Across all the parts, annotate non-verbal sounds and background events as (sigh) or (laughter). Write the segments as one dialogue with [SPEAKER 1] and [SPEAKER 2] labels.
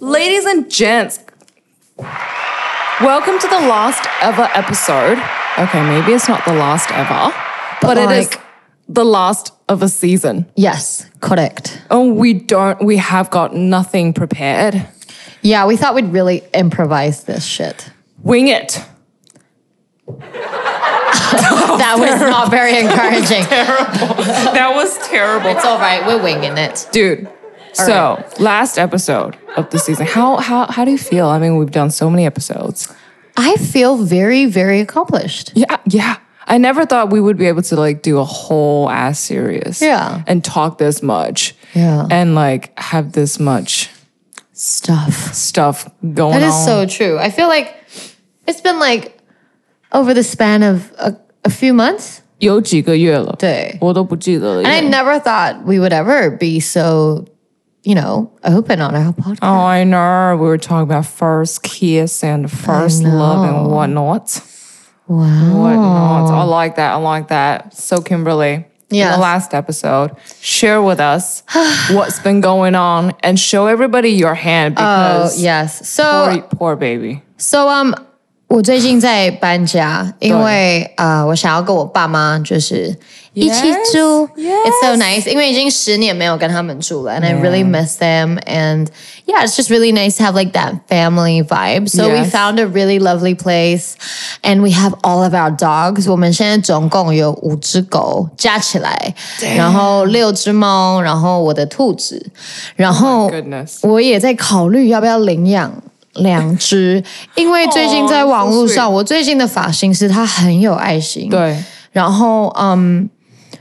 [SPEAKER 1] Ladies and gents, welcome to the last ever episode. Okay, maybe it's not the last ever, but,
[SPEAKER 2] But
[SPEAKER 1] it is
[SPEAKER 2] like-
[SPEAKER 1] the last of a season.
[SPEAKER 2] Yes, correct.
[SPEAKER 1] Oh, we don't, we have got nothing prepared.
[SPEAKER 2] Yeah, we thought we'd really improvise this shit.
[SPEAKER 1] Wing it.
[SPEAKER 2] that was not very (laughs) encouraging.
[SPEAKER 1] That was terrible.
[SPEAKER 2] it's all right. We're winging it.
[SPEAKER 1] Dude. so, last episode of the season. How, how, how do you feel? I mean, we've done so many episodes.
[SPEAKER 2] I feel very, very accomplished.
[SPEAKER 1] Yeah, yeah. I never thought we would be able to like do a whole ass series.
[SPEAKER 2] Yeah.
[SPEAKER 1] And talk this much.
[SPEAKER 2] Yeah.
[SPEAKER 1] And like have this much
[SPEAKER 2] Stuff.
[SPEAKER 1] stuff going
[SPEAKER 2] That
[SPEAKER 1] on.
[SPEAKER 2] is so true. I feel like it's been like over the span of a, a few months.
[SPEAKER 1] 有几个月了，
[SPEAKER 2] 对。
[SPEAKER 1] 我都不记得了。
[SPEAKER 2] And I never thought we would ever be so, you know, open on our podcast.
[SPEAKER 1] oh, I know. We were talking about first kiss and first love and whatnot.
[SPEAKER 2] Wow.
[SPEAKER 1] Whatnot. I like that. I like that. So, Kimberly. In
[SPEAKER 2] Yes.
[SPEAKER 1] the last episode, share with
[SPEAKER 2] (sighs)
[SPEAKER 1] us what's been going on and show everybody your hand
[SPEAKER 2] Oh,
[SPEAKER 1] because
[SPEAKER 2] yes. So
[SPEAKER 1] poor, poor baby.
[SPEAKER 2] So um，我最近在搬家，因为呃，我想要跟我爸妈就是一起住。
[SPEAKER 1] yes.
[SPEAKER 2] It's so nice，因为已经十年没有跟他们住了，and I really miss them. And yeah, it's just really nice to have like that family vibe. So we
[SPEAKER 1] Yes.
[SPEAKER 2] found a really lovely place, and we have all of our dogs. 我们现在总共有五只狗加起来，然后六只猫，然后我的兔子，然后
[SPEAKER 1] Goodness.
[SPEAKER 2] 我也在考虑要不要领养两
[SPEAKER 1] (laughs)
[SPEAKER 2] 只，因为最近在网络
[SPEAKER 1] Oh, so
[SPEAKER 2] 上，我最近的发型师他很有爱心，，
[SPEAKER 1] 对。
[SPEAKER 2] 然后嗯。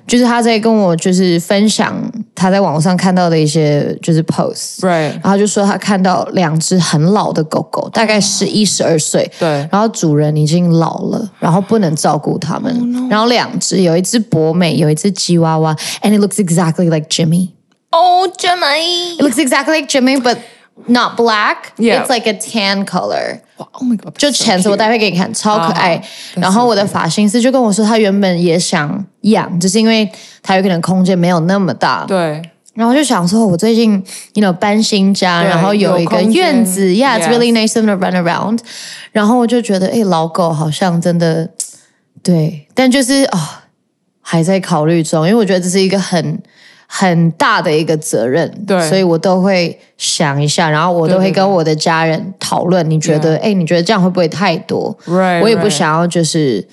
[SPEAKER 2] 就是他在跟我就是分享他在网络上看到的一些就是 post，
[SPEAKER 1] Right
[SPEAKER 2] 然后就说他看到两只很老的狗狗，大概十一十二岁，
[SPEAKER 1] 对
[SPEAKER 2] 然后主人已经老了，然后不能照顾他
[SPEAKER 1] Oh,
[SPEAKER 2] 们然后两只有一只博美，有一只吉娃娃，and it looks exactly like Jimmy。
[SPEAKER 1] Oh, Jemmy.
[SPEAKER 2] It looks exactly like Jimmy, but not black.
[SPEAKER 1] Yeah.
[SPEAKER 2] It's like a tan color.
[SPEAKER 1] Oh my god.
[SPEAKER 2] 就浅色，我待会给你看，超可爱。然后我的发型师就跟我说，他原本也想养，只是因为他有可能空间没有那么大。
[SPEAKER 1] 对，
[SPEAKER 2] 然后就想说，我最近，you know，搬新家，
[SPEAKER 1] 对
[SPEAKER 2] 然后有一
[SPEAKER 1] 有
[SPEAKER 2] 个
[SPEAKER 1] 空间
[SPEAKER 2] 院子，yeah，it's
[SPEAKER 1] Yes
[SPEAKER 2] really nice of them to run around。然后我就觉得，哎，老狗好像真的，对，但就是啊、还在考虑中，因为我觉得这是一个很很大的一个责任，
[SPEAKER 1] 对
[SPEAKER 2] 所以我都会想一下，然后我都
[SPEAKER 1] 对
[SPEAKER 2] 会
[SPEAKER 1] 对
[SPEAKER 2] 跟我的家人讨论，你觉得，哎，你觉得这样会不会太多
[SPEAKER 1] Right，
[SPEAKER 2] 我也不
[SPEAKER 1] right
[SPEAKER 2] 想要就是。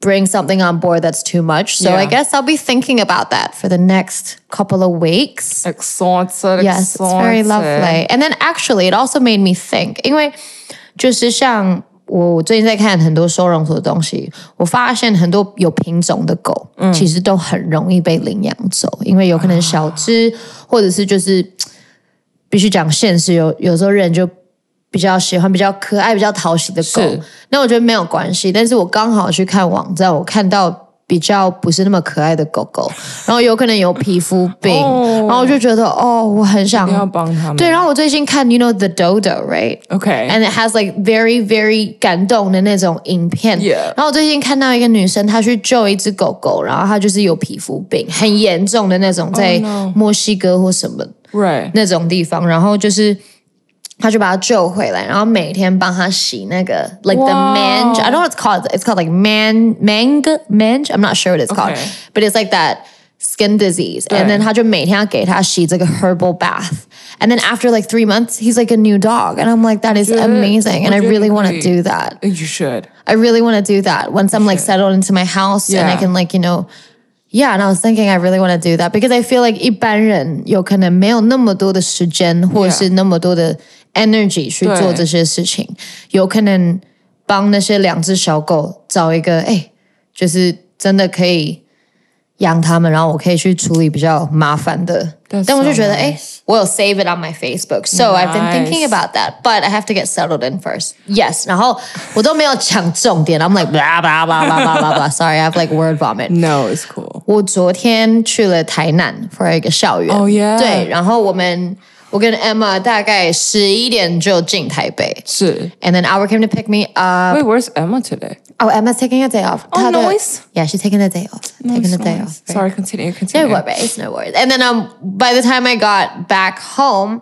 [SPEAKER 2] bring something on board that's too much. So I
[SPEAKER 1] Yeah.
[SPEAKER 2] guess I'll be thinking about that for the next couple of weeks.
[SPEAKER 1] exhausted.
[SPEAKER 2] Yes, it's very
[SPEAKER 1] eh?
[SPEAKER 2] lovely. And then actually, it also made me think. 因为就是像我最近在看很多收容所的东西，我发现很多有品种的狗，
[SPEAKER 1] 嗯
[SPEAKER 2] 其实都很容易被领养走，因为有可能小只，或者是就是必须讲现实，有有时候人就比较喜欢比较可爱、比较讨喜的狗
[SPEAKER 1] 是，
[SPEAKER 2] 那我觉得没有关系。但是我刚好去看网站，我看到比较不是那么可爱的狗狗，然后有可能有皮肤病，
[SPEAKER 1] 哦
[SPEAKER 2] 然后我就觉得哦，我很想
[SPEAKER 1] 要帮他们。
[SPEAKER 2] 对。然后我最近看，you know the dodo right？
[SPEAKER 1] 嗯 Okay.
[SPEAKER 2] And it has like very very 感动的那种影片。
[SPEAKER 1] Yeah.
[SPEAKER 2] 然后我最近看到一个女生，她去救一只狗狗，然后她就是有皮肤病，很严重的那种，在
[SPEAKER 1] Oh no.
[SPEAKER 2] 墨西哥或什么
[SPEAKER 1] right.
[SPEAKER 2] 那种地方，然后就是。她就把它救回来，然后每天帮它洗那个，like the
[SPEAKER 1] Wow.
[SPEAKER 2] mange. I don't know what it's called. It's called like man mang mange. I'm not sure what it's called,
[SPEAKER 1] Okay.
[SPEAKER 2] but it's like that skin disease. And then 她就每天要给它洗这个 herbal bath. And then after like three months, he's like a new dog. And I'm like, that is
[SPEAKER 1] 觉得
[SPEAKER 2] amazing. And I
[SPEAKER 1] 我觉得
[SPEAKER 2] really
[SPEAKER 1] 你
[SPEAKER 2] want
[SPEAKER 1] 可以
[SPEAKER 2] to do that.
[SPEAKER 1] You should.
[SPEAKER 2] I really want to do that once I'm like settled into my house and I
[SPEAKER 1] Yeah.
[SPEAKER 2] can like you know, yeah. And I was thinking I really want to do that because I feel like 一般人有可能没有那么多的时间或者是那么多的 energy 去做这些事情，有可能帮那些两只小狗找一个哎，就是真的可以养它们，然后我可以去处理比较麻烦的。
[SPEAKER 1] That's
[SPEAKER 2] 但我就
[SPEAKER 1] so
[SPEAKER 2] 觉得哎。我 will save it on my Facebook, so I've been thinking
[SPEAKER 1] Nice.
[SPEAKER 2] about that, but I have to get settled in first. Yes，然后我都没有讲重点，I'm like blah blah blah blah blah blah blah. Sorry, I have like word vomit.
[SPEAKER 1] (laughs) No, it's cool.
[SPEAKER 2] 我昨天去了台南 for 一个校园。
[SPEAKER 1] Oh, yeah.
[SPEAKER 2] 对，然后我们我跟 Emma 大概十一点就进台北
[SPEAKER 1] 是。
[SPEAKER 2] ，and then Albert came to pick me up.
[SPEAKER 1] Wait, where's Emma today?
[SPEAKER 2] Oh, Emma's taking a day off.
[SPEAKER 1] Oh,
[SPEAKER 2] 她的
[SPEAKER 1] nice.
[SPEAKER 2] Yeah, she's taking a day off. Taking a
[SPEAKER 1] Oh
[SPEAKER 2] day off. right?
[SPEAKER 1] Sorry, continue,
[SPEAKER 2] No
[SPEAKER 1] continue.
[SPEAKER 2] worries, no worries. And then um, by the time I got back home,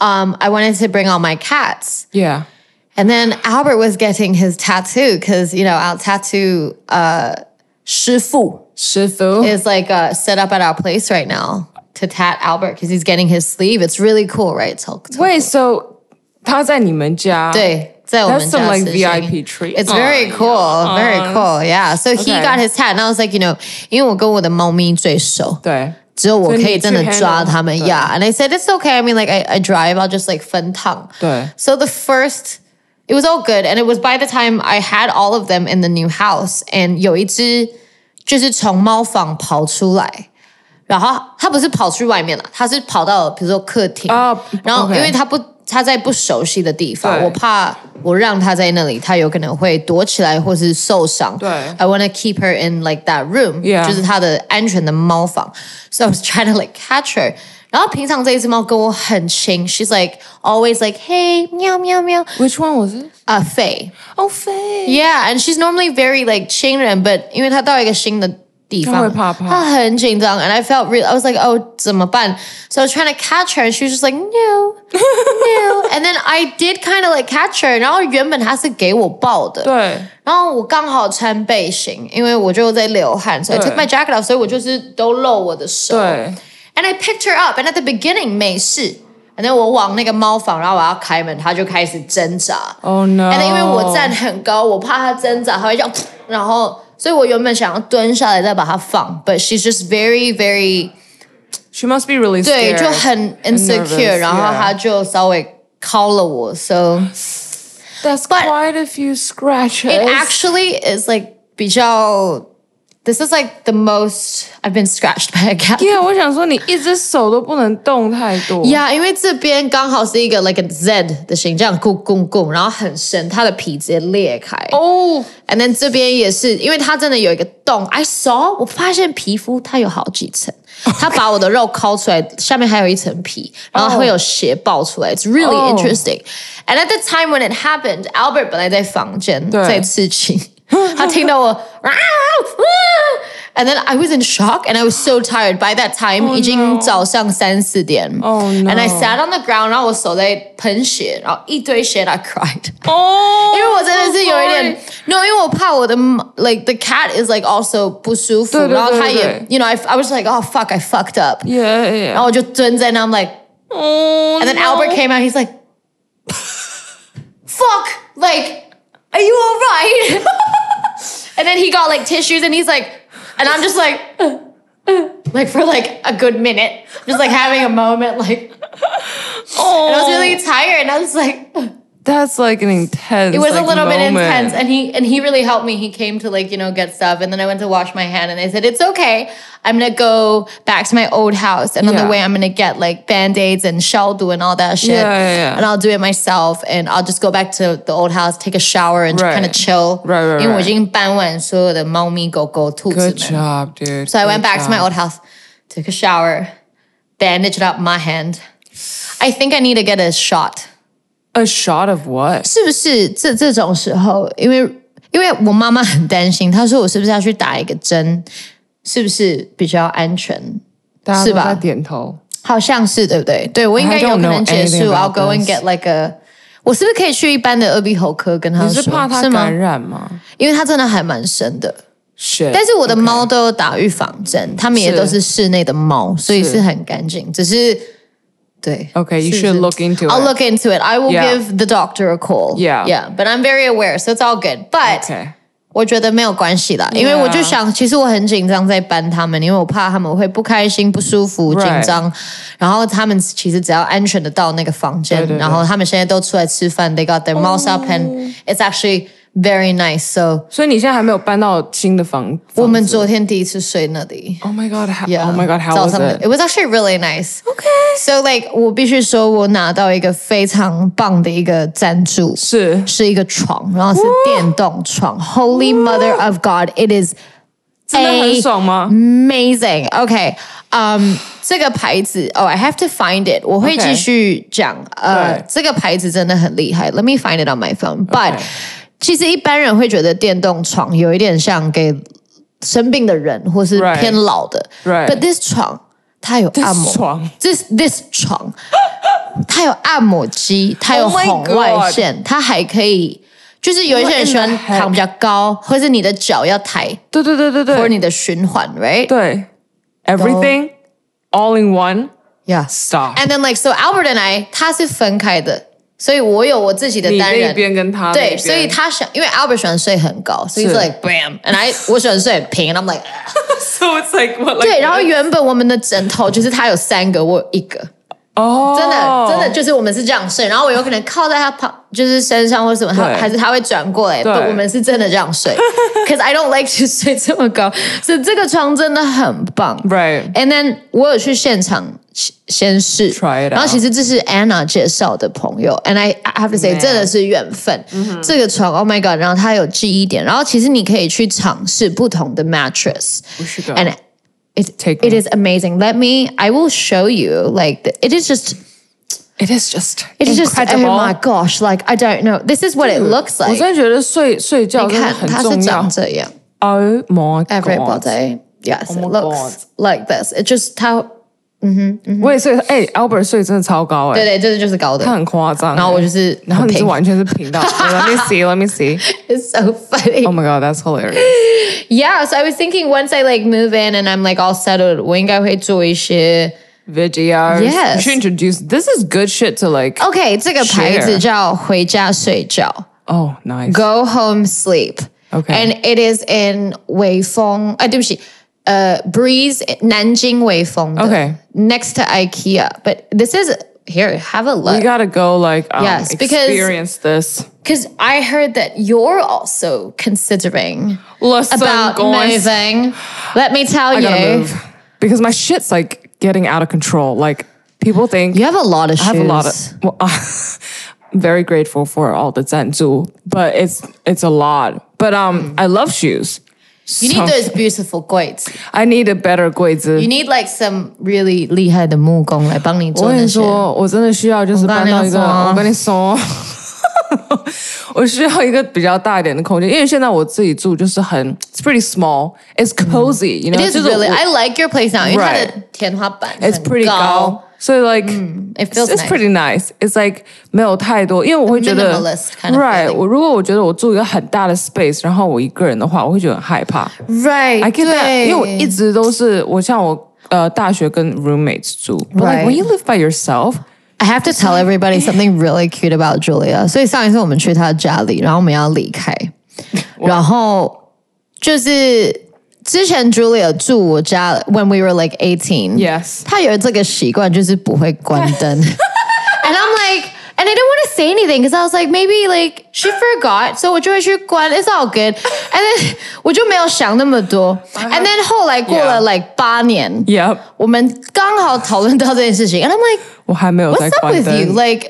[SPEAKER 2] um, I wanted to bring all my cats.
[SPEAKER 1] Yeah.
[SPEAKER 2] And then Albert was getting his tattoo because, you know, our tattoo uh, 师傅
[SPEAKER 1] Shifu.
[SPEAKER 2] is like uh, set up at our place right now to tat Albert because he's getting his sleeve. It's really cool, right? 超超
[SPEAKER 1] 喂，so 他在你们家？。
[SPEAKER 2] 对，在我们
[SPEAKER 1] That's some
[SPEAKER 2] 家
[SPEAKER 1] like
[SPEAKER 2] 实行
[SPEAKER 1] VIP treat.
[SPEAKER 2] It's very cool, very cool. Yeah. So he
[SPEAKER 1] Okay.
[SPEAKER 2] got his tat, and I was like, you know, 因为我跟我的猫咪最熟，
[SPEAKER 1] 对。
[SPEAKER 2] 只有我可以真的抓
[SPEAKER 1] 所以你去
[SPEAKER 2] 他们
[SPEAKER 1] handle，
[SPEAKER 2] Yeah. And I said it's okay. I mean, like I, I drive, I'll just like 分趟。
[SPEAKER 1] 对
[SPEAKER 2] So the first, it was all good, and it was by the time I had all of them in the new house, and 有一只就是从猫房跑出来。然后它不是跑去外面了，它是跑到比如说客厅
[SPEAKER 1] 哦
[SPEAKER 2] 然后
[SPEAKER 1] OK
[SPEAKER 2] 因为它不它在不熟悉的地方，
[SPEAKER 1] 对
[SPEAKER 2] 我怕我让它在那里，它有可能会躲起来或是受伤。
[SPEAKER 1] 对
[SPEAKER 2] ，I want to keep her in like that room，、
[SPEAKER 1] Yeah
[SPEAKER 2] 就是它的安全的猫房。So I was (laughs) trying to like catch her。然后平常这一只猫跟我很亲，she's like always like hey 喵喵喵
[SPEAKER 1] Which one was it?
[SPEAKER 2] 啊、飞。
[SPEAKER 1] Oh, Faye.
[SPEAKER 2] Uh, Yeah, and she's normally very like 亲人
[SPEAKER 1] 她会
[SPEAKER 2] ，but
[SPEAKER 1] 怕怕。
[SPEAKER 2] 因为她到一个新的地方，她很紧张，and I felt real. I was like, oh, 怎么办? So I was trying to catch her, and she was just
[SPEAKER 1] (laughs)
[SPEAKER 2] like, no, no. and then I did kind of like catch her. 然后原本她是给我抱的，
[SPEAKER 1] 对。
[SPEAKER 2] 然后我刚好穿背心，因为我就在流汗，所以 I
[SPEAKER 1] 对
[SPEAKER 2] took my jacket off，所以我就是都露我的手。
[SPEAKER 1] 对
[SPEAKER 2] And I picked her up, and at the beginning 没事。And then 我往那个猫房，然后我要开门，它就开始挣扎。
[SPEAKER 1] Oh no.
[SPEAKER 2] And then 因为我站很高，我怕它挣扎，它会这样，然后，所以我原本想要蹲下来再把它放，but she's just very very
[SPEAKER 1] She must be really
[SPEAKER 2] 对，
[SPEAKER 1] scared.
[SPEAKER 2] 就很
[SPEAKER 1] and
[SPEAKER 2] insecure，
[SPEAKER 1] nervous,
[SPEAKER 2] 然后
[SPEAKER 1] yeah.
[SPEAKER 2] 它就稍微敲了我，so。
[SPEAKER 1] That's
[SPEAKER 2] but-
[SPEAKER 1] quite a few scratches.
[SPEAKER 2] It actually is like 比较 this is like the most I've been scratched (laughs) by a cat.
[SPEAKER 1] Yeah, 我想说你一只手都不能动太多。
[SPEAKER 2] Yeah, 因为这边刚好是一个 like a Z 的形状，咕咕咕，然后很深，它的皮直接裂开。
[SPEAKER 1] Oh,
[SPEAKER 2] And then 这边也是，因为它真的有一个洞。I
[SPEAKER 1] Oh
[SPEAKER 2] saw，我发现皮肤它有好几层，它把我的肉抠出来，下面还有一层皮，然后会有血爆出来。It's really
[SPEAKER 1] Oh.
[SPEAKER 2] interesting. And at the time when it happened, Albert 本来在房间
[SPEAKER 1] 对。 (laughs)
[SPEAKER 2] 在刺青，他听到我，啊，啊！And then I was in shock and I was so tired. By that time,
[SPEAKER 1] Oh,
[SPEAKER 2] 已经早上三四点。
[SPEAKER 1] Oh, no.
[SPEAKER 2] And I sat on the ground, 然后我手在喷血，然后一堆血，and I cried.
[SPEAKER 1] oh.
[SPEAKER 2] 因为我真的是有一点
[SPEAKER 1] sorry.
[SPEAKER 2] no，因为我怕我的like the cat is like also
[SPEAKER 1] 对，对，对，
[SPEAKER 2] 不舒服，然后它也
[SPEAKER 1] 对。
[SPEAKER 2] you know I I was like oh fuck I fucked up，
[SPEAKER 1] Yeah, yeah.
[SPEAKER 2] 然后我就蹲在那 I'm like
[SPEAKER 1] Oh,
[SPEAKER 2] Oh. and then
[SPEAKER 1] no.
[SPEAKER 2] Albert came out he's like fuck like are you alright (laughs) and then he got like tissues and he's like and I'm just like uh, uh, like for like a good minute just like having a moment like
[SPEAKER 1] Oh,
[SPEAKER 2] I was really tired and I was like
[SPEAKER 1] that's like an intense.
[SPEAKER 2] It was a little bit
[SPEAKER 1] moment.
[SPEAKER 2] intense, and he and he really helped me. He came to like you know get stuff, and then I went to wash my hand, and I said it's okay. I'm gonna go back to my old house, and on
[SPEAKER 1] Yeah.
[SPEAKER 2] the way I'm gonna get like band aids and shaldu and all that shit,
[SPEAKER 1] Yeah, yeah, yeah.
[SPEAKER 2] and I'll do it myself, and I'll just go back to the old house, take a shower, and
[SPEAKER 1] Right.
[SPEAKER 2] kind of chill.
[SPEAKER 1] Right, right, right.
[SPEAKER 2] 因为我已经搬完所有的猫咪狗狗兔子们。
[SPEAKER 1] Good job, dude.
[SPEAKER 2] So I
[SPEAKER 1] Good
[SPEAKER 2] went back to my
[SPEAKER 1] job.
[SPEAKER 2] old house, took a shower, bandaged up my hand. I think I need to get a shot.
[SPEAKER 1] A shot of what?
[SPEAKER 2] 是不是这这种时候，因为因为我妈妈很担心，她说我是不是要去打一个针，是不是比较安全？
[SPEAKER 1] 大家都
[SPEAKER 2] 是吧？
[SPEAKER 1] 在点头。
[SPEAKER 2] 好像是对不对？对我应该
[SPEAKER 1] I don't
[SPEAKER 2] 有可能
[SPEAKER 1] know
[SPEAKER 2] 结
[SPEAKER 1] anything
[SPEAKER 2] 束
[SPEAKER 1] about
[SPEAKER 2] ，I'll go and
[SPEAKER 1] this.
[SPEAKER 2] get like a。我是不是可以去一般的耳鼻喉科跟他说？是吗？
[SPEAKER 1] 你是怕它感染吗？
[SPEAKER 2] 因为它真的还蛮深的。
[SPEAKER 1] Shit.
[SPEAKER 2] 但是我的猫都有打预防针，它们也
[SPEAKER 1] 是
[SPEAKER 2] 都是室内的猫，所以
[SPEAKER 1] 是
[SPEAKER 2] 是很干净。只是对
[SPEAKER 1] Okay, you
[SPEAKER 2] 是
[SPEAKER 1] should
[SPEAKER 2] 是
[SPEAKER 1] look into
[SPEAKER 2] I'll
[SPEAKER 1] it.
[SPEAKER 2] look into it. I will
[SPEAKER 1] Yeah.
[SPEAKER 2] give the doctor a call.
[SPEAKER 1] Yeah.
[SPEAKER 2] yeah, but I'm very aware, so it's all good. But
[SPEAKER 1] Okay.
[SPEAKER 2] 我觉得没有关系啦，因为我就想，其实我很紧张在搬他们，因为我怕他们会不开心、不舒服、紧
[SPEAKER 1] Right
[SPEAKER 2] 张。然后他们其实只要安全的到那个房间，
[SPEAKER 1] 对对 Oh。
[SPEAKER 2] 然后他们现在都出来吃饭，they got their mouse up and it's actually very nice. So
[SPEAKER 1] 所以你现在还没有搬到新的房-
[SPEAKER 2] 我们昨天第一次睡那里。
[SPEAKER 1] Oh my god! How,
[SPEAKER 2] Yeah.
[SPEAKER 1] Oh my god! How was
[SPEAKER 2] it?
[SPEAKER 1] it?
[SPEAKER 2] was actually really nice. Okay. So like 我必须说，我拿到一个非常棒的一个赞助，
[SPEAKER 1] 是
[SPEAKER 2] 是一个床，然后是电动床。Holy Mother of God! It is
[SPEAKER 1] 真的很爽吗？
[SPEAKER 2] amazing. Okay. Um, 这个牌子，Oh, I have to find it. 我会
[SPEAKER 1] Okay.
[SPEAKER 2] 继续讲。呃
[SPEAKER 1] 对，
[SPEAKER 2] 这个牌子真的很厉害。Let me find it on my phone. But
[SPEAKER 1] Okay.
[SPEAKER 2] 其实一般人会觉得电动床有一点像给生病的人或是
[SPEAKER 1] Right.
[SPEAKER 2] 偏老的。
[SPEAKER 1] Right.
[SPEAKER 2] But this 床它有按摩。
[SPEAKER 1] 床
[SPEAKER 2] This this 床它有按摩机，它有
[SPEAKER 1] Oh my
[SPEAKER 2] 红
[SPEAKER 1] God
[SPEAKER 2] 外线，它还可以，就是有一些人喜
[SPEAKER 1] What in
[SPEAKER 2] 欢
[SPEAKER 1] the heck？
[SPEAKER 2] 躺比较高，或是你的脚要抬，
[SPEAKER 1] 对对对对
[SPEAKER 2] 或
[SPEAKER 1] 对
[SPEAKER 2] 者你的循环，right？
[SPEAKER 1] 对，everything all in one
[SPEAKER 2] Yes.
[SPEAKER 1] stop。
[SPEAKER 2] And then like so Albert and I，他是分开的，所以我有我自己的
[SPEAKER 1] 你
[SPEAKER 2] 单
[SPEAKER 1] 那
[SPEAKER 2] 人。
[SPEAKER 1] 边跟他那
[SPEAKER 2] 对，
[SPEAKER 1] 边
[SPEAKER 2] 所以他想，因为 Albert 喜欢睡很高，所以 he's
[SPEAKER 1] 是
[SPEAKER 2] like bam，and I 我喜欢睡很平，and I'm like，啊
[SPEAKER 1] (laughs) ，so it's like what
[SPEAKER 2] 对，然后原本我们的枕头就是他有三个，我有一个，
[SPEAKER 1] 哦，
[SPEAKER 2] 真的、真的就是我们是这样睡，然后我有可能靠在他旁，就是身上或什么，他
[SPEAKER 1] 对
[SPEAKER 2] 还是他会转过来，
[SPEAKER 1] 对
[SPEAKER 2] 但我们是真的这
[SPEAKER 1] (laughs)
[SPEAKER 2] 样睡，cause I don't like to 睡 (laughs) 这么高，所以这个床真的很棒
[SPEAKER 1] Right.
[SPEAKER 2] And then 我有去现场先先试
[SPEAKER 1] Try it out.
[SPEAKER 2] 然后其实这是 Anna 介绍的朋友，and I I have to say
[SPEAKER 1] Man. Mm-hmm。
[SPEAKER 2] 真的是缘分。这个床 Oh my God，然后它有记忆点，然后其实你可以去尝试不同的 mattress。
[SPEAKER 1] We should go.
[SPEAKER 2] and it
[SPEAKER 1] Take
[SPEAKER 2] it
[SPEAKER 1] me.
[SPEAKER 2] is amazing. Let me. I will show you. Like the- it is just.
[SPEAKER 1] it is just
[SPEAKER 2] It is just.
[SPEAKER 1] incredible.
[SPEAKER 2] Oh my gosh! Like I don't know. This is what it looks
[SPEAKER 1] 我
[SPEAKER 2] like.
[SPEAKER 1] 真的觉得睡睡觉真的很重要。
[SPEAKER 2] 你看，它是长这样。
[SPEAKER 1] Oh my god！
[SPEAKER 2] Everybody, yes,
[SPEAKER 1] my
[SPEAKER 2] it looks like this. It just 它
[SPEAKER 1] 我也睡，哎，Albert 睡真的超高哎，他
[SPEAKER 2] 对对，这就是高的。
[SPEAKER 1] 很夸张。
[SPEAKER 2] 然后我就是
[SPEAKER 1] 然后你是
[SPEAKER 2] 很平。
[SPEAKER 1] 完全是 (laughs) 平的。Let me see, let me see.
[SPEAKER 2] (laughs) It's so funny.
[SPEAKER 1] Oh my god, that's hilarious.
[SPEAKER 2] yeah, so I was thinking once I like move in and I'm like all settled, 我应该会做一些
[SPEAKER 1] Videos.
[SPEAKER 2] Yes.
[SPEAKER 1] You should introduce. This is good shit to like.
[SPEAKER 2] OK 这个牌子
[SPEAKER 1] Share.
[SPEAKER 2] 叫回家睡觉。
[SPEAKER 1] Oh, nice.
[SPEAKER 2] Go Home Sleep.
[SPEAKER 1] Okay.
[SPEAKER 2] And it is in 微风,啊,对不起,呃, Uh, Breeze 南京微风的,
[SPEAKER 1] Okay.
[SPEAKER 2] Next to IKEA. But this is here, have a
[SPEAKER 1] You
[SPEAKER 2] look.
[SPEAKER 1] gotta go like um,
[SPEAKER 2] Yes, because-
[SPEAKER 1] experience this.
[SPEAKER 2] Because I heard that you're also considering
[SPEAKER 1] Listen,
[SPEAKER 2] about
[SPEAKER 1] guys,
[SPEAKER 2] moving. Let me tell
[SPEAKER 1] I gotta
[SPEAKER 2] you.
[SPEAKER 1] move because my shit's like getting out of control. Like people think
[SPEAKER 2] You have a lot of shoes.
[SPEAKER 1] I have a lot of. (laughs) Well, I'm very grateful for all the zanzu, but it's it's a lot. But um, I love shoes.
[SPEAKER 2] You need those beautiful goits.
[SPEAKER 1] I need a better
[SPEAKER 2] You
[SPEAKER 1] 柜子。
[SPEAKER 2] need like some really 厉害的木工来帮你做
[SPEAKER 1] 我
[SPEAKER 2] 那些。
[SPEAKER 1] 跟你说，我真的需要就是搬到一个，
[SPEAKER 2] 我跟你说。
[SPEAKER 1] 我跟你说， (laughs) 我需要一个比较大一点的空间，因为现在我自己住就是很 it's pretty small, it's cozy, you know,
[SPEAKER 2] It is
[SPEAKER 1] 就是我-
[SPEAKER 2] really. I like your place now.
[SPEAKER 1] Right.
[SPEAKER 2] 因为它的天花板
[SPEAKER 1] it's pretty 高，so like
[SPEAKER 2] It feels
[SPEAKER 1] it's, it's
[SPEAKER 2] nice.
[SPEAKER 1] pretty nice. It's like 没有太多，因为我会觉得
[SPEAKER 2] minimalist kind of
[SPEAKER 1] right.
[SPEAKER 2] feeling.
[SPEAKER 1] 我如果我觉得我住一个很大的 space，然后我一个人的话，我会觉得很害怕。
[SPEAKER 2] Right.
[SPEAKER 1] I get that，因
[SPEAKER 2] 对。
[SPEAKER 1] 为我一直都是我像我呃大学跟 roommates 住，but like
[SPEAKER 2] Right.
[SPEAKER 1] when you live by
[SPEAKER 2] (laughs)
[SPEAKER 1] yourself，
[SPEAKER 2] I have to tell everybody something really cute about Julia. 所以上一次我们去她家里，然后我们要离开，然后就是之前 Julia 住我家，when we were like eighteen，
[SPEAKER 1] Yes.
[SPEAKER 2] 她有这个习惯，就是不会关灯。and I'm like, and I didn't want to say anything because I was like, maybe like she forgot. So 我就会去关 it's all good. And then (laughs) 我就没有想那么多。And then 后来过了
[SPEAKER 1] Yeah.
[SPEAKER 2] like 八年
[SPEAKER 1] Yep，
[SPEAKER 2] 我们刚好讨论到这件事情。And I'm like,
[SPEAKER 1] 我还没有在
[SPEAKER 2] what's up
[SPEAKER 1] 关
[SPEAKER 2] with you?
[SPEAKER 1] 灯。
[SPEAKER 2] Like,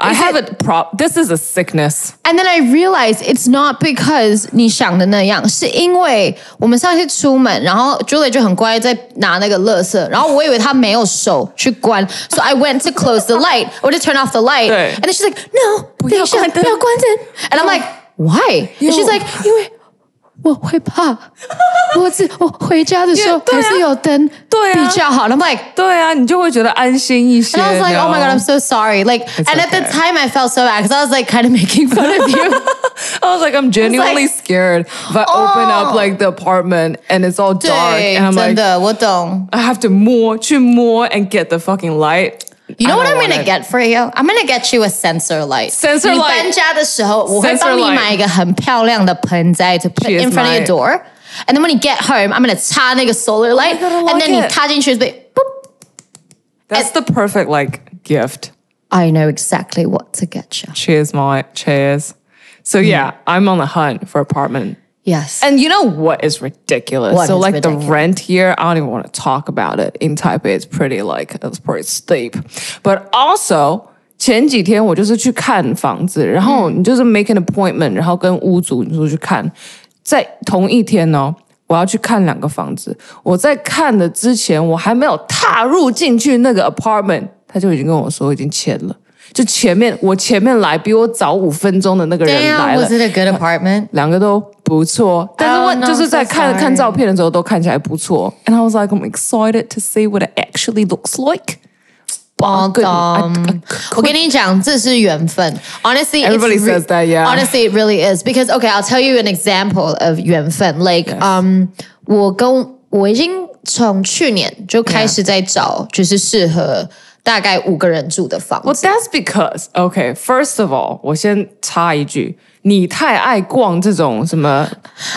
[SPEAKER 1] I
[SPEAKER 2] is
[SPEAKER 1] have
[SPEAKER 2] it-
[SPEAKER 1] a prop. This is a sickness.
[SPEAKER 2] And then I realized it's not because 你想的那样，是因为我们上次出门，然后 Julie 就很乖在拿那个垃圾，然后我以为她没有手去关，so I went to close the light, (laughs) or to turn off the light,
[SPEAKER 1] 对。
[SPEAKER 2] and then she's like, no,
[SPEAKER 1] 不要关灯。
[SPEAKER 2] 等一下，不要关灯。And I'm like, why? And she's like,
[SPEAKER 1] (laughs)
[SPEAKER 2] 因为我会怕，我只我回家的时
[SPEAKER 1] 因
[SPEAKER 2] 候
[SPEAKER 1] 为-对啊。
[SPEAKER 2] 还是有灯
[SPEAKER 1] 对啊。
[SPEAKER 2] 比较好。And I'm like.
[SPEAKER 1] 对啊，你就会觉得安心一些。
[SPEAKER 2] And I was like,
[SPEAKER 1] you know?
[SPEAKER 2] oh my God, I'm so sorry. Like, and at the
[SPEAKER 1] okay.
[SPEAKER 2] time I felt so bad because I was like kind of (laughs) making fun of (laughs) you.
[SPEAKER 1] I was like, I'm genuinely scared. If I open up
[SPEAKER 2] Oh.
[SPEAKER 1] like the apartment and it's all (laughs) dark,
[SPEAKER 2] 对
[SPEAKER 1] and I'm
[SPEAKER 2] 真
[SPEAKER 1] like,
[SPEAKER 2] 的，我懂。
[SPEAKER 1] I have to more, 去摸 and get the fucking light.
[SPEAKER 2] You know
[SPEAKER 1] I
[SPEAKER 2] what
[SPEAKER 1] don't
[SPEAKER 2] I'm
[SPEAKER 1] want
[SPEAKER 2] gonna
[SPEAKER 1] it.
[SPEAKER 2] get for you? I'm gonna get you a sensor light.
[SPEAKER 1] Sensor
[SPEAKER 2] 你
[SPEAKER 1] light.
[SPEAKER 2] 搬家的时候，我会
[SPEAKER 1] Sensor
[SPEAKER 2] 帮你
[SPEAKER 1] light.
[SPEAKER 2] 买一个很漂亮的盆栽，to put
[SPEAKER 1] She is
[SPEAKER 2] in front of your
[SPEAKER 1] my-
[SPEAKER 2] door. And then when you get home, I'm gonna 插那个 solar light.
[SPEAKER 1] God, I like
[SPEAKER 2] And then 你
[SPEAKER 1] it.
[SPEAKER 2] 插进去被
[SPEAKER 1] That's the perfect like gift.
[SPEAKER 2] I know exactly what to get you.
[SPEAKER 1] Cheers, my cheers. So
[SPEAKER 2] Hmm.
[SPEAKER 1] yeah, I'm on the hunt for apartment.
[SPEAKER 2] Yes.
[SPEAKER 1] And you know what is ridiculous?
[SPEAKER 2] What
[SPEAKER 1] so
[SPEAKER 2] is
[SPEAKER 1] like
[SPEAKER 2] ridiculous?
[SPEAKER 1] the rent here, I don't even want to talk about it. In Taipei, it's pretty like it's pretty steep. But also 前几天我就是去看房子，然后你就是 make an appointment，然后跟屋主你说去看，在同一天哦，我要去看两个房子。我在看的之前，我还没有踏入进去那个 apartment，他就已经跟我说已经签了。就前面我前面来比我早五分钟的那个人来
[SPEAKER 2] Damn,
[SPEAKER 1] 了
[SPEAKER 2] was it a good apartment?
[SPEAKER 1] 两个都不错，但是
[SPEAKER 2] Oh,
[SPEAKER 1] 问、
[SPEAKER 2] no,
[SPEAKER 1] 就是在
[SPEAKER 2] so
[SPEAKER 1] 看
[SPEAKER 2] sorry.
[SPEAKER 1] 看照片的时候都看起来不错。And Oh, I was like, I'm excited to see what it actually looks like.
[SPEAKER 2] bottom.
[SPEAKER 1] couldn't-
[SPEAKER 2] 我跟你讲，这是缘分. Honestly, it's
[SPEAKER 1] Everybody
[SPEAKER 2] re-
[SPEAKER 1] says that, yeah.
[SPEAKER 2] Honestly, it really is because okay, I'll tell you an example of 缘分. Like um, 我跟我已经从去年就开始在找，就是适合大概五个人住的房子。
[SPEAKER 1] Well, that's because okay. First of all，我先插一句，你太爱逛这种什么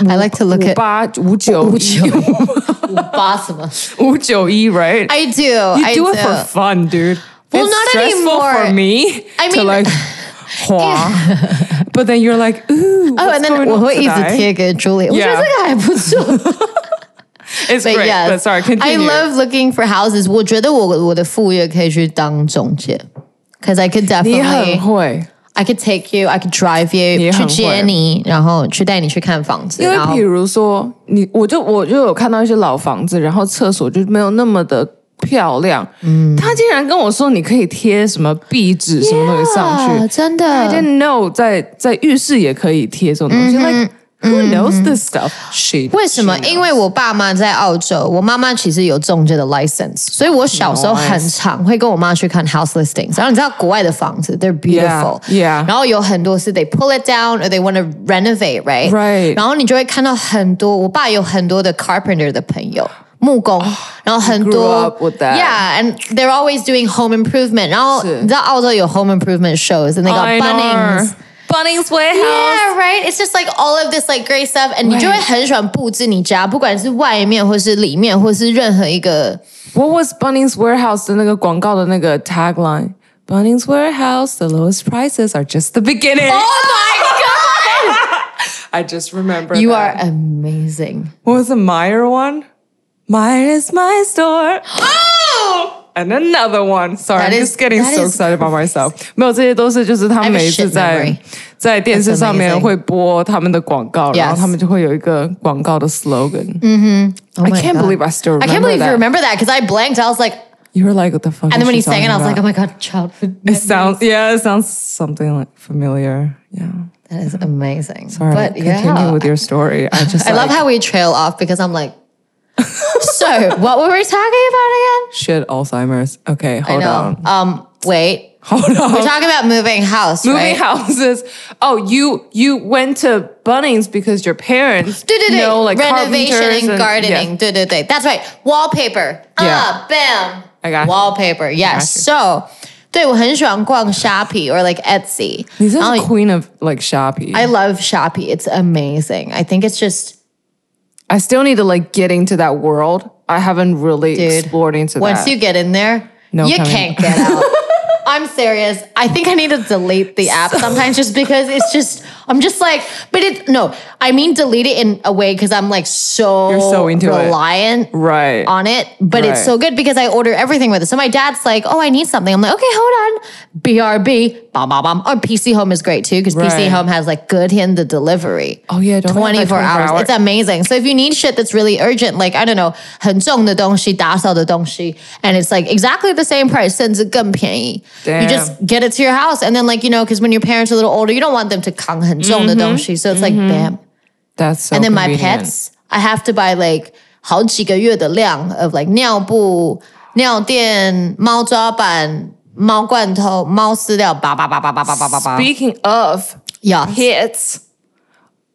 [SPEAKER 2] I like to look
[SPEAKER 1] 五
[SPEAKER 2] at
[SPEAKER 1] 八五九五九
[SPEAKER 2] 五八什么。
[SPEAKER 1] 五九一，right？(laughs)
[SPEAKER 2] (laughs) I do.
[SPEAKER 1] You
[SPEAKER 2] I
[SPEAKER 1] do it for fun, dude.
[SPEAKER 2] Well,
[SPEAKER 1] it's
[SPEAKER 2] not
[SPEAKER 1] stressful
[SPEAKER 2] anymore.
[SPEAKER 1] for me.
[SPEAKER 2] I
[SPEAKER 1] to
[SPEAKER 2] mean- (laughs)
[SPEAKER 1] like, (laughs) "Hua." but then you're like, ooh.
[SPEAKER 2] Oh, and then 我会一直贴给 Julie，、
[SPEAKER 1] Yeah.
[SPEAKER 2] 我觉得这个还不错。
[SPEAKER 1] It's
[SPEAKER 2] But
[SPEAKER 1] great.
[SPEAKER 2] yes,
[SPEAKER 1] but sorry,
[SPEAKER 2] I
[SPEAKER 1] continue.
[SPEAKER 2] love looking for houses. 我觉得我我的副业可以去当中介，cause I could definitely
[SPEAKER 1] 你很会。
[SPEAKER 2] I could take you, I could drive you
[SPEAKER 1] 你很会。
[SPEAKER 2] 去接你，然后去带你去看房子，
[SPEAKER 1] 因为
[SPEAKER 2] 然后
[SPEAKER 1] 比如说你，我就我就有看到一些老房子，然后厕所就没有那么的漂亮。嗯，他竟然跟我说你可以贴什么壁纸什么东西上去。
[SPEAKER 2] 真的
[SPEAKER 1] I didn't know 在在浴室也可以贴这种东西。like who knows this stuff? She
[SPEAKER 2] 为什么？
[SPEAKER 1] she knows.
[SPEAKER 2] 因为我爸妈在澳洲，我妈妈其实有中介的 license，所以我小时候
[SPEAKER 1] Nice
[SPEAKER 2] 很常会跟我妈去看 house listings。然后你知道国外的房子，they're beautiful，
[SPEAKER 1] Yeah，yeah
[SPEAKER 2] 然后有很多是 they pull it down or they want to renovate，right？
[SPEAKER 1] Right
[SPEAKER 2] 然后你就会看到很多，我爸有很多的 carpenter 的朋友。木工，然后很
[SPEAKER 1] Oh， grew
[SPEAKER 2] 多
[SPEAKER 1] up with that
[SPEAKER 2] ，yeah，and they're always doing home improvement。然后
[SPEAKER 1] 是
[SPEAKER 2] 你知道澳洲有 home improvement shows，and they got
[SPEAKER 1] I
[SPEAKER 2] Bunnings，
[SPEAKER 1] know. (laughs) Bunnings Warehouse.
[SPEAKER 2] Yeah, right. It's just like all of this like great stuff, and 你就会很喜欢布置你家，不管是外面或是里面，或是任何一个
[SPEAKER 1] What was Bunnings Warehouse 的那个广告的那个 tagline? Bunnings Warehouse, the lowest prices are just the beginning.
[SPEAKER 2] my
[SPEAKER 1] I just remember.
[SPEAKER 2] You
[SPEAKER 1] that.
[SPEAKER 2] are amazing.
[SPEAKER 1] What was the Meyer one? Meyer is my store.
[SPEAKER 2] Oh
[SPEAKER 1] Oh! And another one. Sorry,
[SPEAKER 2] That
[SPEAKER 1] I'm
[SPEAKER 2] is-
[SPEAKER 1] just getting
[SPEAKER 2] that
[SPEAKER 1] so
[SPEAKER 2] is
[SPEAKER 1] excited about myself. 没有，这些都是就是他
[SPEAKER 2] I
[SPEAKER 1] 们
[SPEAKER 2] have a
[SPEAKER 1] 每一次
[SPEAKER 2] shit
[SPEAKER 1] 在
[SPEAKER 2] memory.
[SPEAKER 1] 在电视上面
[SPEAKER 2] amazing.
[SPEAKER 1] 会播他们的广告，然后
[SPEAKER 2] Yes.
[SPEAKER 1] 他们就会有一个广告的 slogan。
[SPEAKER 2] Oh
[SPEAKER 1] I
[SPEAKER 2] my
[SPEAKER 1] can't
[SPEAKER 2] God.
[SPEAKER 1] believe I still
[SPEAKER 2] I can't
[SPEAKER 1] remember
[SPEAKER 2] believe you
[SPEAKER 1] that.
[SPEAKER 2] remember that because I blanked. I was like,
[SPEAKER 1] You were like, what the fuck?
[SPEAKER 2] and then
[SPEAKER 1] is
[SPEAKER 2] when
[SPEAKER 1] she
[SPEAKER 2] he sang it, I was
[SPEAKER 1] talking
[SPEAKER 2] like, oh
[SPEAKER 1] about?
[SPEAKER 2] my God, childhood.
[SPEAKER 1] It sounds yeah, it sounds something like familiar. Yeah.
[SPEAKER 2] That is amazing.
[SPEAKER 1] All right,
[SPEAKER 2] but
[SPEAKER 1] continue
[SPEAKER 2] yeah,
[SPEAKER 1] with your story. I just
[SPEAKER 2] I love
[SPEAKER 1] like,
[SPEAKER 2] how we trail off because I'm like, so what were we talking about again?
[SPEAKER 1] shit Alzheimer's. Okay, hold
[SPEAKER 2] No,
[SPEAKER 1] on, (laughs)
[SPEAKER 2] um, wait.
[SPEAKER 1] hold on.
[SPEAKER 2] We're talking about moving house,
[SPEAKER 1] movie
[SPEAKER 2] right?
[SPEAKER 1] houses. (laughs) Oh, you you went to Bunnings because your parents
[SPEAKER 2] 对对对
[SPEAKER 1] know like
[SPEAKER 2] renovation
[SPEAKER 1] carpenters
[SPEAKER 2] and, gardening.
[SPEAKER 1] yeah.
[SPEAKER 2] 对对对 that's right. Wallpaper. Ah, bam.
[SPEAKER 1] I got you.
[SPEAKER 2] wallpaper. Yes. So, 对我很喜欢逛 Shopee or like Etsy.
[SPEAKER 1] 你真是
[SPEAKER 2] 然后
[SPEAKER 1] queen of like Shopee.
[SPEAKER 2] I
[SPEAKER 1] I,
[SPEAKER 2] love Shopee. It's amazing. I think it's just
[SPEAKER 1] still need to like get into that world. I haven't really
[SPEAKER 2] Dude,
[SPEAKER 1] explored into
[SPEAKER 2] once
[SPEAKER 1] that.
[SPEAKER 2] you get in there,
[SPEAKER 1] No
[SPEAKER 2] you
[SPEAKER 1] coming
[SPEAKER 2] can't
[SPEAKER 1] (laughs)
[SPEAKER 2] get out. I'm serious. I think I need to delete the app sometimes just because it's just I'm just like, but it's no, I mean delete it in a way because I'm like so
[SPEAKER 1] You're so into it.
[SPEAKER 2] reliant
[SPEAKER 1] right.
[SPEAKER 2] on it, but it's
[SPEAKER 1] Right.
[SPEAKER 2] so good because I order everything with it. So my dad's like, "Oh, I need something." I'm like, "Okay, hold on." BRB, bam, bam, bam. Or PC Home is great too because PC
[SPEAKER 1] Right.
[SPEAKER 2] Home has like good in the delivery.
[SPEAKER 1] Oh, yeah, don't they have, like,
[SPEAKER 2] 24 hours.
[SPEAKER 1] 24
[SPEAKER 2] It's amazing. So if you need shit that's really urgent, like I don't know, 很重的东西,打扫的东西, and it's like exactly the same price, 甚至更便宜. You
[SPEAKER 1] Damn.
[SPEAKER 2] just get it to your house, and then like you know, because when your parents are a little older, you don't want them to
[SPEAKER 1] Mm-hmm.
[SPEAKER 2] 扛很重的东西, so it's like bam.
[SPEAKER 1] That's so
[SPEAKER 2] And then my
[SPEAKER 1] convenient.
[SPEAKER 2] pets, I have to buy like 好几个月的量 of like 尿布、尿垫、猫抓板、猫罐头、猫饲料，叭叭叭叭叭叭叭叭叭。
[SPEAKER 1] Speaking of
[SPEAKER 2] Yeah.
[SPEAKER 1] pets,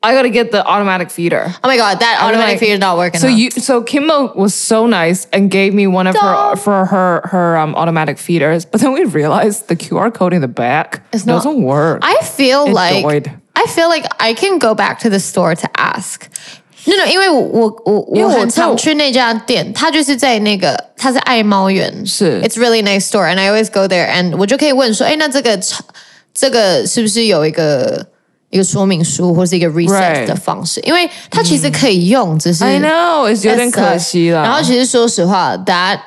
[SPEAKER 1] I gotta get the automatic feeder.
[SPEAKER 2] Oh my god, that automatic
[SPEAKER 1] like-
[SPEAKER 2] feeder not working.
[SPEAKER 1] So
[SPEAKER 2] out.
[SPEAKER 1] you, so Kimmo was so nice and gave me one of her
[SPEAKER 2] Duh.
[SPEAKER 1] for her her um, automatic feeders. But then we realized the QR code in the back
[SPEAKER 2] It's not-
[SPEAKER 1] doesn't work.
[SPEAKER 2] I feel like
[SPEAKER 1] died.
[SPEAKER 2] I feel like I can go back to the store to ask. No no，因为我我我我
[SPEAKER 1] 为我
[SPEAKER 2] 很常
[SPEAKER 1] 就
[SPEAKER 2] 去那家店，它就是在那个它是爱猫园，
[SPEAKER 1] 是
[SPEAKER 2] It's really nice store, and I always go there, and 我就可以问说，哎，那这个这个是不是有一个一个说明书或是一个 reset
[SPEAKER 1] Right
[SPEAKER 2] 的方式？因为它其实可以用，只是
[SPEAKER 1] I know it's 有点可惜
[SPEAKER 2] 然后
[SPEAKER 1] 了。
[SPEAKER 2] 其实说实话，that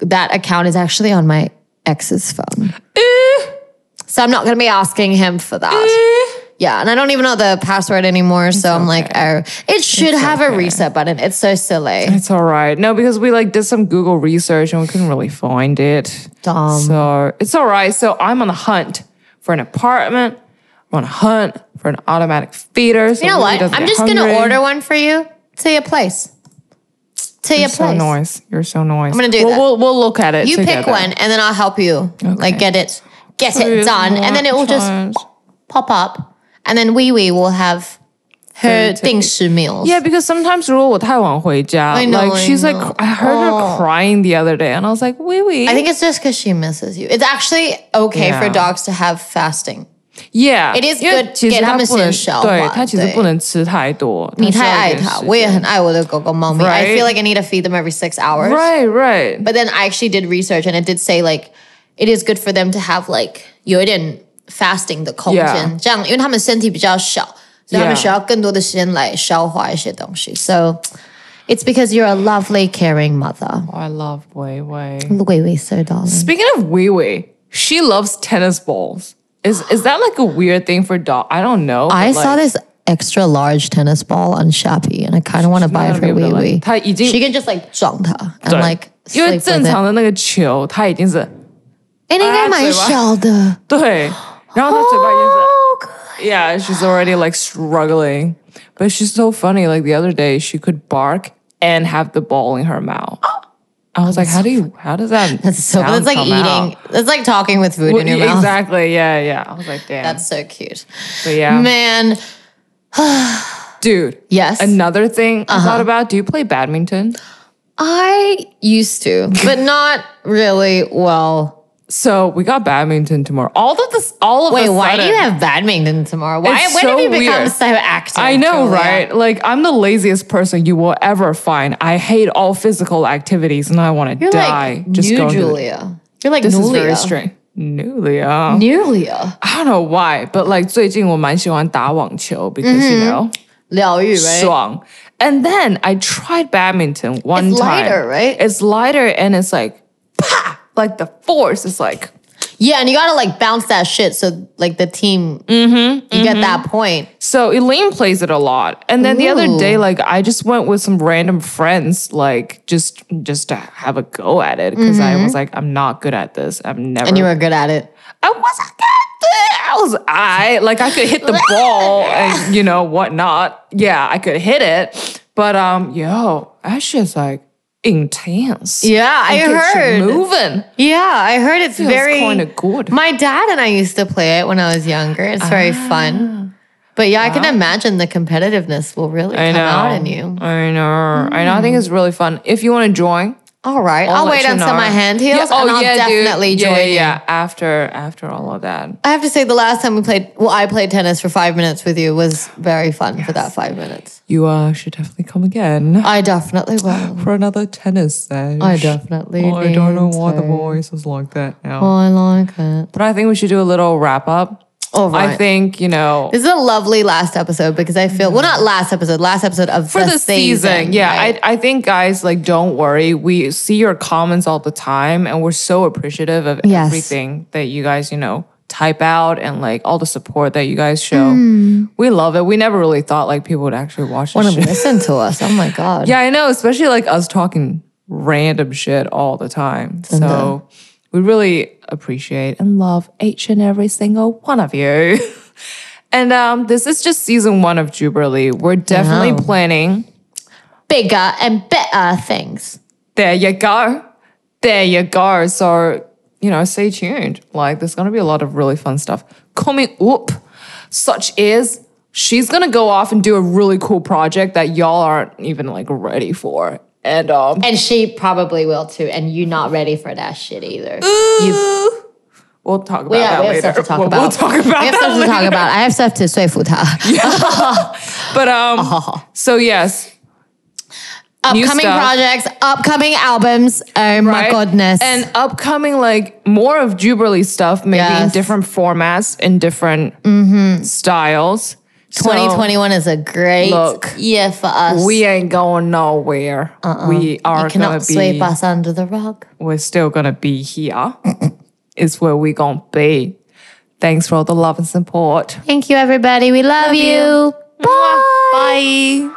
[SPEAKER 2] that account is actually on my ex's phone. So I'm not going to be asking him for that. Yeah, and I don't even know the password anymore. So I'm like, oh, it should have a reset button. It's so silly.
[SPEAKER 1] (laughs) It's all right. No, because we like did some Google research and we couldn't really find it.
[SPEAKER 2] Dumb.
[SPEAKER 1] So it's all right. So I'm on the hunt for an apartment. I'm on a hunt for an automatic feeder. So
[SPEAKER 2] You know
[SPEAKER 1] Lily
[SPEAKER 2] what?
[SPEAKER 1] doesn't
[SPEAKER 2] I'm
[SPEAKER 1] get
[SPEAKER 2] just going to
[SPEAKER 1] hungry.
[SPEAKER 2] order one for you to your place. to your
[SPEAKER 1] so
[SPEAKER 2] place.
[SPEAKER 1] noise. You're so noise. I'm
[SPEAKER 2] gonna do
[SPEAKER 1] we'll,
[SPEAKER 2] that.
[SPEAKER 1] We'll, we'll look at it.
[SPEAKER 2] You
[SPEAKER 1] together.
[SPEAKER 2] pick one, and then I'll help you. Like get it, get
[SPEAKER 1] Please,
[SPEAKER 2] it done, and then it will
[SPEAKER 1] Lawrence.
[SPEAKER 2] just pop up, and then Wee Wee will have her
[SPEAKER 1] Very
[SPEAKER 2] 定时 meals.
[SPEAKER 1] Yeah, because sometimes 如果我太晚回家
[SPEAKER 2] I know,
[SPEAKER 1] like
[SPEAKER 2] I
[SPEAKER 1] she's
[SPEAKER 2] know. Oh.
[SPEAKER 1] like I heard her crying the other day, and I was like, wee wee.
[SPEAKER 2] I think it's just because she misses you. It's actually okay for
[SPEAKER 1] Yeah.
[SPEAKER 2] dogs to have fasting.
[SPEAKER 1] yeah,
[SPEAKER 2] it is
[SPEAKER 1] 因为
[SPEAKER 2] good
[SPEAKER 1] 其实
[SPEAKER 2] 给
[SPEAKER 1] 它
[SPEAKER 2] 他们
[SPEAKER 1] 不能
[SPEAKER 2] 先消化，
[SPEAKER 1] 对它其实
[SPEAKER 2] 对
[SPEAKER 1] 不能吃太多，
[SPEAKER 2] 你
[SPEAKER 1] 它需
[SPEAKER 2] 太
[SPEAKER 1] 要一
[SPEAKER 2] 爱
[SPEAKER 1] 点
[SPEAKER 2] 它，
[SPEAKER 1] 时
[SPEAKER 2] 我也很爱我的狗狗猫咪。I
[SPEAKER 1] Right.
[SPEAKER 2] feel like I need to feed them every six hours.
[SPEAKER 1] Right, right.
[SPEAKER 2] But then I actually did research and it did say like it is good for them to have like 有一点 fasting 的空间
[SPEAKER 1] Yeah.
[SPEAKER 2] 这样因为他们身体比较小，所以他们
[SPEAKER 1] Yeah.
[SPEAKER 2] 需要更多的时间来消化一些东西。So it's because you're a lovely, caring mother.
[SPEAKER 1] Oh, I love Wei Wei.
[SPEAKER 2] Wait, wait, so darling.
[SPEAKER 1] Speaking of Wei Wei, she loves tennis balls. Is is that like a weird thing for dog? I don't know.
[SPEAKER 2] I saw
[SPEAKER 1] that.
[SPEAKER 2] this extra large tennis ball on Shopee and I kind of want to buy it
[SPEAKER 1] not
[SPEAKER 2] for
[SPEAKER 1] gonna be
[SPEAKER 2] Wee
[SPEAKER 1] able to,
[SPEAKER 2] Wee.
[SPEAKER 1] like- 她已经-
[SPEAKER 2] She can just like 撞它 and
[SPEAKER 1] 对
[SPEAKER 2] like
[SPEAKER 1] (laughs) 因
[SPEAKER 2] sleep
[SPEAKER 1] 为
[SPEAKER 2] with
[SPEAKER 1] 正
[SPEAKER 2] it.
[SPEAKER 1] 常 Ah, 的那个球，它已经是 (laughs)
[SPEAKER 2] 哎，那应该蛮小的。
[SPEAKER 1] 对，然后它嘴巴已经是。
[SPEAKER 2] Oh, good.
[SPEAKER 1] Yeah, she's already like struggling. But she's so funny. Like the other day, she could bark and have the ball in her mouth. I was like, how do you, how does that?
[SPEAKER 2] That's so.
[SPEAKER 1] sound
[SPEAKER 2] That's like
[SPEAKER 1] come
[SPEAKER 2] eating.
[SPEAKER 1] out?
[SPEAKER 2] That's like talking with food
[SPEAKER 1] Well, (laughs)
[SPEAKER 2] in your
[SPEAKER 1] yeah,
[SPEAKER 2] mouth.
[SPEAKER 1] Exactly. Yeah, yeah. I was like, damn.
[SPEAKER 2] That's so cute,
[SPEAKER 1] but yeah.
[SPEAKER 2] man.
[SPEAKER 1] Dude.
[SPEAKER 2] Yes. Uh-huh.
[SPEAKER 1] Another thing I thought about do you play badminton?
[SPEAKER 2] I used to,
[SPEAKER 1] (laughs)
[SPEAKER 2] but not really well.
[SPEAKER 1] So we got badminton tomorrow. All of this, all of
[SPEAKER 2] Wait,
[SPEAKER 1] a
[SPEAKER 2] why do
[SPEAKER 1] sudden-
[SPEAKER 2] you have badminton tomorrow? Why?
[SPEAKER 1] It's
[SPEAKER 2] when
[SPEAKER 1] so
[SPEAKER 2] did we become
[SPEAKER 1] weird.
[SPEAKER 2] so active?
[SPEAKER 1] I know,
[SPEAKER 2] Julia?
[SPEAKER 1] right? Like, I'm the laziest person you will ever find. I hate all physical activities and I want to
[SPEAKER 2] You're
[SPEAKER 1] die.
[SPEAKER 2] like
[SPEAKER 1] just
[SPEAKER 2] new
[SPEAKER 1] going to the-
[SPEAKER 2] Julia. You're like
[SPEAKER 1] This
[SPEAKER 2] new
[SPEAKER 1] is very
[SPEAKER 2] Julia.
[SPEAKER 1] strange. Nulia.
[SPEAKER 2] Nulia.
[SPEAKER 1] I don't know why, but like 最近我蛮喜欢打网球 because you know
[SPEAKER 2] 疗愈, Mm-hmm. right?
[SPEAKER 1] 爽. And then I tried badminton one
[SPEAKER 2] It's
[SPEAKER 1] time.
[SPEAKER 2] lighter, right?
[SPEAKER 1] It's lighter and it's like pa! Like the force is like
[SPEAKER 2] Yeah, and you gotta like bounce that shit. So like the team,
[SPEAKER 1] Mm-hmm,
[SPEAKER 2] you get that point.
[SPEAKER 1] so Elaine plays it a lot. And then the other
[SPEAKER 2] Ooh.
[SPEAKER 1] day, like I just went with some random friends, like just just to have a go at it. because I was like, I'm not good at this. I'm never
[SPEAKER 2] Mm-hmm. And you were good at it.
[SPEAKER 1] I wasn't that good. I was I like I could hit the ball and you know whatnot. Yeah, I could hit it, but um, yo, that shit's like intense.
[SPEAKER 2] Yeah, I
[SPEAKER 1] It gets you
[SPEAKER 2] heard.
[SPEAKER 1] moving.
[SPEAKER 2] Yeah, I heard it's very
[SPEAKER 1] kinda good. Ah.
[SPEAKER 2] My dad and I used to play it when I was younger. It's very fun. But yeah, I can imagine the competitiveness will really
[SPEAKER 1] I
[SPEAKER 2] come
[SPEAKER 1] know.
[SPEAKER 2] out in you.
[SPEAKER 1] I know. I know. I think it's really fun. If you want to join,
[SPEAKER 2] All right,
[SPEAKER 1] I'll
[SPEAKER 2] I'll
[SPEAKER 1] let
[SPEAKER 2] wait
[SPEAKER 1] you
[SPEAKER 2] until
[SPEAKER 1] know.
[SPEAKER 2] my hand
[SPEAKER 1] Yeah,
[SPEAKER 2] heals, and I'll
[SPEAKER 1] dude.
[SPEAKER 2] definitely
[SPEAKER 1] Yeah,
[SPEAKER 2] join
[SPEAKER 1] yeah,
[SPEAKER 2] you.
[SPEAKER 1] yeah. After after all of that.
[SPEAKER 2] I have to say, the last time we played, well, I played tennis for five minutes with you was very fun for that five minutes.
[SPEAKER 1] You uh should definitely come again
[SPEAKER 2] I definitely
[SPEAKER 1] (gasps)
[SPEAKER 2] will.
[SPEAKER 1] for another tennis session.
[SPEAKER 2] I definitely.
[SPEAKER 1] I don't know
[SPEAKER 2] need
[SPEAKER 1] why the
[SPEAKER 2] to.
[SPEAKER 1] voice is like that now.
[SPEAKER 2] I like it.
[SPEAKER 1] But I think we should do a little wrap up.
[SPEAKER 2] All right.
[SPEAKER 1] I think, you know,
[SPEAKER 2] This is a lovely last episode because I feel well, not last episode, last episode of
[SPEAKER 1] for the season. yeah, I, I think, guys, like, don't worry. We see your comments all the time, and we're so appreciative of
[SPEAKER 2] Yes.
[SPEAKER 1] everything that you guys, you know, type out and like all the support that you guys show.
[SPEAKER 2] Hmm.
[SPEAKER 1] We love it. We never really thought like people would actually watch this
[SPEAKER 2] want to
[SPEAKER 1] shit.
[SPEAKER 2] listen to us. Oh my god.
[SPEAKER 1] Yeah, I know, especially like us talking random shit all the time. So we really appreciate and love each and every single one of you. (laughs) and um, this is just season one of Jubilee. We're definitely
[SPEAKER 2] Wow.
[SPEAKER 1] planning.
[SPEAKER 2] bigger and better things.
[SPEAKER 1] There you go. There you go. So, you know, stay tuned. Like, there's going to be a lot of really fun stuff coming up, such as she's going to go off and do a really cool project that y'all aren't even like ready for. And um,
[SPEAKER 2] And she probably will too. And you're not ready for that shit either. You,
[SPEAKER 1] We'll talk about
[SPEAKER 2] yeah,
[SPEAKER 1] that
[SPEAKER 2] we have
[SPEAKER 1] later.
[SPEAKER 2] stuff to talk
[SPEAKER 1] (laughs) we'll,
[SPEAKER 2] about.
[SPEAKER 1] we'll talk about
[SPEAKER 2] We have
[SPEAKER 1] that
[SPEAKER 2] stuff to
[SPEAKER 1] later.
[SPEAKER 2] talk about. I have stuff to say for (laughs) her.
[SPEAKER 1] But um,
[SPEAKER 2] Uh-huh.
[SPEAKER 1] so yes,
[SPEAKER 2] Upcoming
[SPEAKER 1] stuff.
[SPEAKER 2] projects, upcoming albums. Oh my
[SPEAKER 1] right?
[SPEAKER 2] goodness.
[SPEAKER 1] and upcoming like more of Jubilee stuff, maybe in
[SPEAKER 2] Yes. Mm-hmm.
[SPEAKER 1] different formats in different styles. So,
[SPEAKER 2] 2021 is a great
[SPEAKER 1] Look,
[SPEAKER 2] year for us.
[SPEAKER 1] we ain't going nowhere. We are
[SPEAKER 2] Uh-uh. you
[SPEAKER 1] gonna
[SPEAKER 2] cannot sweep
[SPEAKER 1] be.
[SPEAKER 2] us under the rug.
[SPEAKER 1] We're still gonna be here. It's where we gonna be. Thanks for all the love and support.
[SPEAKER 2] Thank you, everybody. We love, you.
[SPEAKER 1] Bye. Bye.